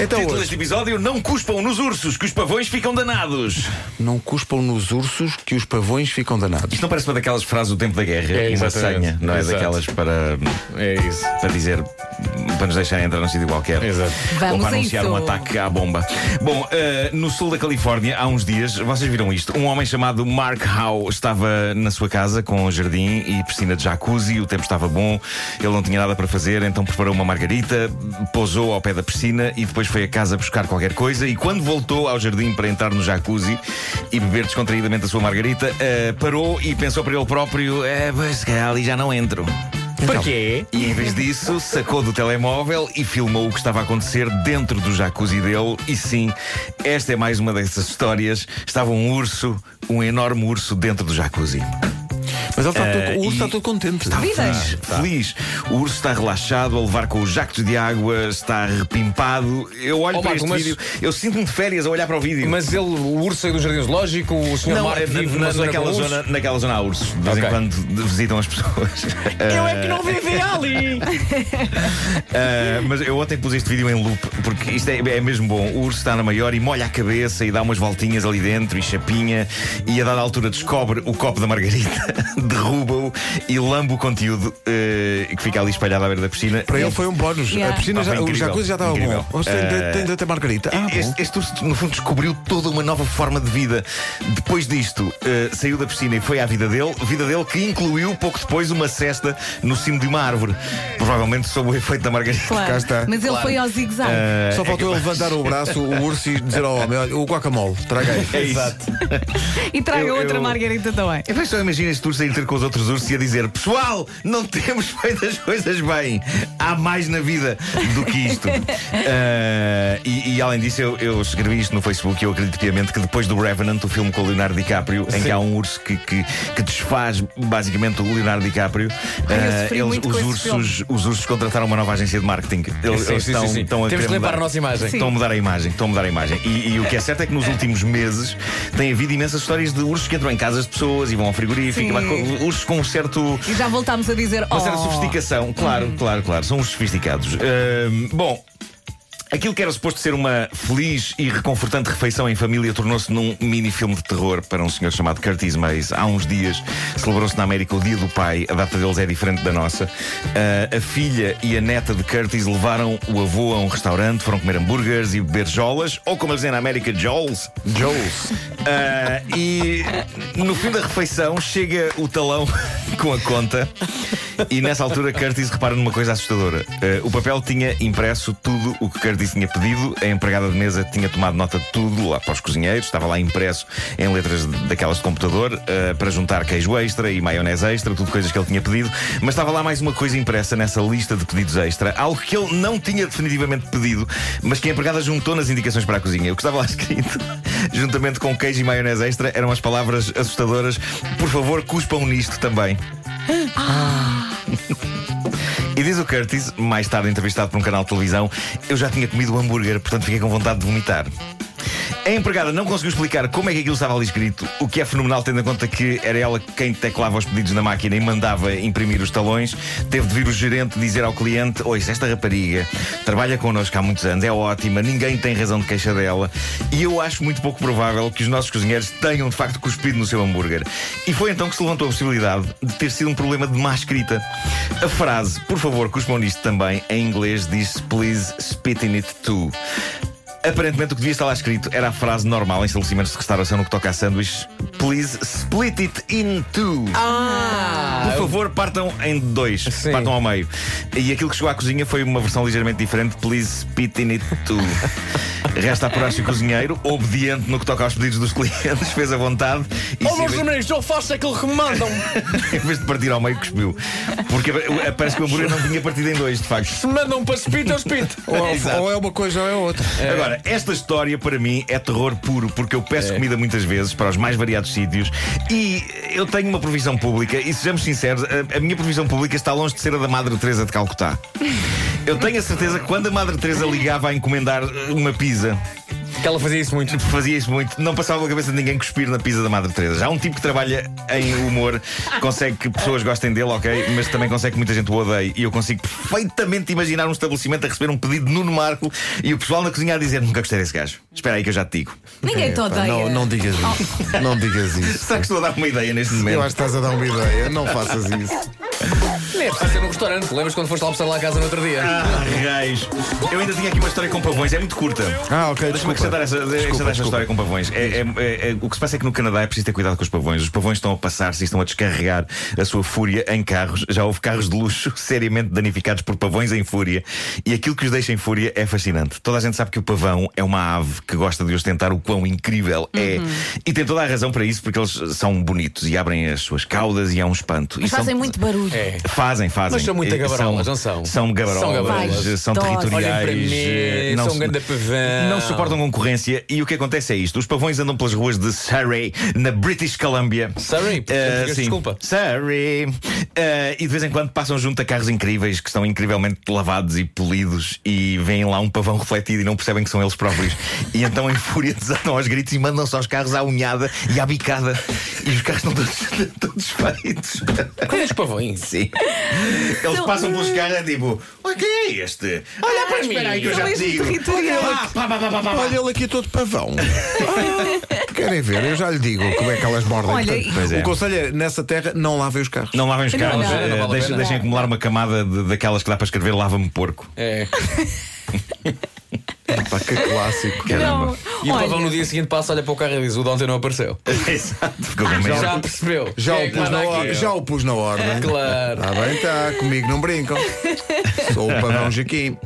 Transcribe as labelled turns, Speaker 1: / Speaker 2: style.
Speaker 1: Então
Speaker 2: Título
Speaker 1: hoje-
Speaker 2: deste episódio: Não cuspam nos ursos, que os pavões ficam danados.
Speaker 1: Não cuspam nos ursos que os pavões ficam danados.
Speaker 2: Isto não Então parece uma daquelas frases do tempo da guerra
Speaker 3: É,
Speaker 2: e uma
Speaker 3: exatamente.
Speaker 2: senha, não é?
Speaker 3: Exato.
Speaker 2: Daquelas para,
Speaker 3: É isso.
Speaker 2: para dizer, para nos deixarem entrar num sítio qualquer.
Speaker 3: Exato.
Speaker 2: Ou
Speaker 4: Vamos
Speaker 2: para
Speaker 4: a
Speaker 2: anunciar
Speaker 4: isso.
Speaker 2: um ataque à bomba. Bom, eh, no sul da Califórnia, há uns dias, vocês viram isto? Um homem chamado Mark Howe estava na sua casa com um jardim e piscina de jacuzzi, o tempo estava bom, ele não tinha nada para fazer, então preparou uma margarita, pousou ao pé da piscina e depois foi a casa buscar qualquer coisa. E quando voltou ao jardim para entrar no jacuzzi e beber descontraídamente a sua margarita, eh, parou e pensou para ele próprio: é, pois, se calhar ali já não entro.
Speaker 4: Então,
Speaker 3: Porquê?
Speaker 2: E em vez disso, sacou do telemóvel e filmou o que estava a acontecer dentro do jacuzzi dele. E sim, esta é mais uma dessas histórias. Estava um urso, um enorme urso dentro do jacuzzi.
Speaker 1: Mas ele está
Speaker 2: Eh,
Speaker 1: todo, o urso
Speaker 2: e-
Speaker 1: está todo contente.
Speaker 2: Feliz, Ah, tá. feliz. O urso está relaxado a levar com os jactos de água, está repimpado. Eu olho
Speaker 3: Oh,
Speaker 2: para
Speaker 3: Marco,
Speaker 2: este
Speaker 3: mas-
Speaker 2: vídeo, eu sinto-me de férias a olhar para o vídeo.
Speaker 3: Mas ele, o urso saiu do jardim zoológico, o senhor
Speaker 2: Não,
Speaker 3: Marco
Speaker 2: é na-
Speaker 3: vive
Speaker 2: na-
Speaker 3: numa zona
Speaker 2: naquela,
Speaker 3: com ursos.
Speaker 2: zona, naquela zona há urso. De vez
Speaker 3: Ok.
Speaker 2: em quando de- visitam as pessoas.
Speaker 3: Eu é que não vivi ali!
Speaker 2: Uh, mas eu ontem pus este vídeo em loop porque isto é, é mesmo bom. O urso está na maior e molha a cabeça e dá umas voltinhas ali dentro e chapinha e a dada altura descobre o copo da margarita, derruba-o e lambe o conteúdo uh, que fica ali espalhado à beira da piscina.
Speaker 1: Para ele foi um bónus.
Speaker 4: Yeah.
Speaker 1: A piscina
Speaker 2: Ah,
Speaker 1: já,
Speaker 2: foi
Speaker 1: o
Speaker 2: incrível,
Speaker 1: jacuzzi já estava
Speaker 2: incrível.
Speaker 1: bom. Hoje tem, de,
Speaker 2: Eh,
Speaker 1: tem de ter margarita. Ah, bom.
Speaker 2: Este, este urso, no fundo, descobriu toda uma nova forma de vida. Depois disto, eh, saiu da piscina e foi à vida dele, vida dele que incluiu pouco depois uma cesta no cimo de uma árvore. Provavelmente sob o efeito da margarita.
Speaker 4: Claro.
Speaker 1: Cá está.
Speaker 4: Mas ele foi ao zigue-zague.
Speaker 2: Eh,
Speaker 1: Só
Speaker 2: é
Speaker 1: faltou
Speaker 2: que-
Speaker 1: ele levantar o braço, o urso, e dizer ao homem: olha, o guacamole, traga aí.
Speaker 2: É isso.
Speaker 4: e traga
Speaker 2: eu-
Speaker 4: outra
Speaker 2: eu-
Speaker 4: margarita também.
Speaker 2: Eu Então, só imagino este urso a ir ter com os outros ursos e a dizer: Pessoal, não temos feito as coisas bem. Há mais na vida do que isto. Ah, e, e, além disso, eu, eu escrevi isto no Facebook e eu acredito piamente que depois do Revenant, o filme com o Leonardo DiCaprio, em que há um urso que, que, que desfaz basicamente o Leonardo DiCaprio, ah,
Speaker 4: sofri muito com
Speaker 2: os,
Speaker 4: esse
Speaker 2: ursos, os ursos contrataram uma nova agência de marketing. Eles,
Speaker 3: Sim,
Speaker 2: eles
Speaker 3: sim,
Speaker 2: estão,
Speaker 3: sim, sim.
Speaker 2: estão a
Speaker 3: Temos
Speaker 2: querer
Speaker 3: que limpar
Speaker 2: mudar-
Speaker 3: a nossa imagem.
Speaker 2: Estão a mudar a imagem, estão a mudar a imagem. E, e o que é certo é que nos últimos meses tem havido imensas histórias de ursos que entram em casas de pessoas e vão ao frigorífico,
Speaker 4: Sim.
Speaker 2: e lá com- ursos com um certo.
Speaker 4: E já voltámos a dizer.
Speaker 2: Uma
Speaker 4: oh,
Speaker 2: certa sofisticação, claro, claro, claro, são os sofisticados. Ahm, bom, aquilo que era suposto ser uma feliz e reconfortante refeição em família tornou-se num mini-filme de terror para um senhor chamado Curtis Mays. Há uns dias celebrou-se na América o Dia do Pai, a data deles é diferente da nossa. Ah, a filha e a neta de Curtis levaram o avô a um restaurante, foram comer hambúrgueres e beber jolas, ou como eles dizem na América, Joles.
Speaker 1: Joe's.
Speaker 2: Ah, e no fim da refeição chega o talão com a conta. E nessa altura Curtis repara numa coisa assustadora. Ah, o papel tinha impresso tudo o que Curtis tinha pedido, a empregada de mesa tinha tomado nota de tudo lá para os cozinheiros, estava lá impresso em letras de- daquelas de computador ah, para juntar queijo extra e maionese extra, tudo coisas que ele tinha pedido, mas estava lá mais uma coisa impressa nessa lista de pedidos extra, algo que ele não tinha definitivamente pedido, mas que a empregada juntou nas indicações para a cozinha. O que estava lá escrito, juntamente com queijo e maionese extra, eram as palavras assustadoras: por favor, cuspam nisto também. E diz o Curtis, mais tarde entrevistado por um canal de televisão, eu já tinha comido o hambúrguer, portanto fiquei com vontade de vomitar. A empregada não conseguiu explicar como é que aquilo estava ali escrito, o que é fenomenal tendo em conta que era ela quem teclava os pedidos na máquina e mandava imprimir os talões. Teve de vir o gerente dizer ao cliente: Oi, esta rapariga trabalha connosco há muitos anos, é ótima, ninguém tem razão de queixa dela. E eu acho muito pouco provável que os nossos cozinheiros tenham de facto cuspido no seu hambúrguer. E foi então que se levantou a possibilidade de ter sido um problema de má escrita. A frase, por favor, cuspam nisto também, em inglês diz Please spit in it too. Aparentemente o que devia estar lá escrito era a frase normal em estabelecimentos de restauração no que toca a sanduíches Please split it in two. Por favor, partam em dois,
Speaker 3: Sim.
Speaker 2: partam ao meio. E aquilo que chegou à cozinha foi uma versão ligeiramente diferente. Please spit in it too. Resta apurar se o cozinheiro, obediente no que toca aos pedidos dos clientes, fez a vontade e
Speaker 3: Ó,
Speaker 2: se
Speaker 3: meus amigos, não faço aquilo que um me mandam!
Speaker 2: em vez de partir ao meio, cuspiu. Porque eh, parece que o hambúrguer não tinha partido em dois, de facto.
Speaker 3: Se mandam para Spit, eu Spit!
Speaker 1: Ou, é-
Speaker 2: Exato.
Speaker 1: ou é uma coisa ou é outra.
Speaker 2: Agora, esta história para mim é terror puro, porque eu peço comida muitas vezes para os mais variados sítios e eu tenho uma provisão pública e sejamos sinceros, a, a minha provisão pública está longe de ser a da Madre Teresa de Calcutá. Eu tenho a certeza que quando a Madre Teresa ligava a encomendar eh, uma pizza,
Speaker 3: Que ela fazia isso muito.
Speaker 2: Fazia isso muito, não passava pela cabeça de ninguém cuspir na pizza da Madre Teresa. Já há um tipo que trabalha em humor, consegue que pessoas gostem dele, ok, mas também consegue que muita gente o odeie. E eu consigo perfeitamente imaginar um estabelecimento a receber um pedido de Nuno Marco e o pessoal na cozinha a dizer: Nunca gostei desse gajo. Espera aí que eu já te digo.
Speaker 4: Ninguém te
Speaker 1: Pá,
Speaker 4: odeia.
Speaker 1: Não, não digas isso. Não digas isso.
Speaker 2: Será que estou a dar uma ideia neste
Speaker 1: Eu
Speaker 2: momento?
Speaker 1: acho que estás a dar uma ideia. Não faças isso.
Speaker 3: Nem é preciso ser num restaurante. Lembras quando foste almoçar lá a casa no outro dia?
Speaker 2: Ah, reis. Eu ainda tinha aqui uma história com pavões, é muito curta.
Speaker 1: Ah,
Speaker 3: é
Speaker 1: ok. Desculpa.
Speaker 2: Deixa-me acrescentar é essa, acrescentar essa
Speaker 1: desculpa.
Speaker 2: história com pavões. É- é- é- é- o que se passa é que no Canadá é preciso ter cuidado com os pavões. Os pavões estão a passar-se e estão a descarregar a sua fúria em carros. Já houve carros de luxo seriamente danificados por pavões em fúria. E aquilo que os deixa em fúria é fascinante. Toda a gente sabe que o pavão é uma ave que gosta de ostentar o quão incrível
Speaker 1: Uhum.
Speaker 2: é. E tem toda a razão para isso, porque eles são bonitos e abrem as suas caudas e há um espanto. E
Speaker 4: Mas
Speaker 2: são-
Speaker 4: fazem muito barulho.
Speaker 3: É.
Speaker 2: Fazem, fazem.
Speaker 3: Mas são muito
Speaker 2: Eh,
Speaker 3: gabarolas, não são?
Speaker 2: São gabarolas,
Speaker 3: São gabarolas.
Speaker 2: eh, são
Speaker 4: Dó.
Speaker 2: territoriais.
Speaker 3: Olhem para mim,
Speaker 2: eh,
Speaker 3: sou um
Speaker 2: se-
Speaker 3: grande pavão.
Speaker 2: Não suportam concorrência e o que acontece é isto. Os pavões andam pelas ruas de Surrey, na British Columbia.
Speaker 3: Surrey, é portanto,
Speaker 2: Eh,
Speaker 3: digas
Speaker 2: sim.
Speaker 3: desculpa.
Speaker 2: Surrey. Eh, e de vez em quando passam junto a carros incríveis que estão incrivelmente lavados e polidos e veem lá um pavão refletido e não percebem que são eles próprios. e então em fúria desatam aos gritos e mandam-se aos carros à unhada e à bicada. E os carros estão todos, todos feitos.
Speaker 3: Coisas de pavões.
Speaker 2: Sim. Eles passam pelos carros é tipo, o que é este? Olha para mim, espera aí que eu já
Speaker 4: Ele
Speaker 2: te
Speaker 4: é
Speaker 2: digo.
Speaker 4: territorial.
Speaker 2: Pá, pá, pá, pá, pá, pá.
Speaker 1: Olha ele aqui todo pavão. Ah, Querem ver? Eu já lhe digo como é que elas mordem.
Speaker 4: Olha,
Speaker 1: Portanto,
Speaker 4: e-
Speaker 2: Pois é.
Speaker 1: O conselho é, nessa terra, não lavem os carros.
Speaker 2: Não lavem os
Speaker 4: Não,
Speaker 2: carros,
Speaker 4: não,
Speaker 2: eh,
Speaker 3: não vale a
Speaker 2: deixem,
Speaker 3: pena.
Speaker 2: deixem acumular uma camada de- daquelas que dá para escrever lava-me porco.
Speaker 3: É.
Speaker 1: Pá, que clássico.
Speaker 2: Caramba.
Speaker 3: E o
Speaker 4: Olha,
Speaker 3: pavão no dia seguinte passa, olha para o carro e diz: o de ontem não apareceu.
Speaker 2: Exato, ficou com medo.
Speaker 3: Já percebeu?
Speaker 1: Já,
Speaker 3: Quem é
Speaker 1: o
Speaker 3: que
Speaker 1: pus
Speaker 3: manda
Speaker 1: na
Speaker 3: aqui?
Speaker 1: or- já o pus na ordem. Tá
Speaker 3: Claro.
Speaker 1: Está bem, está. Comigo não brincam. Sou o pavão Jaquim.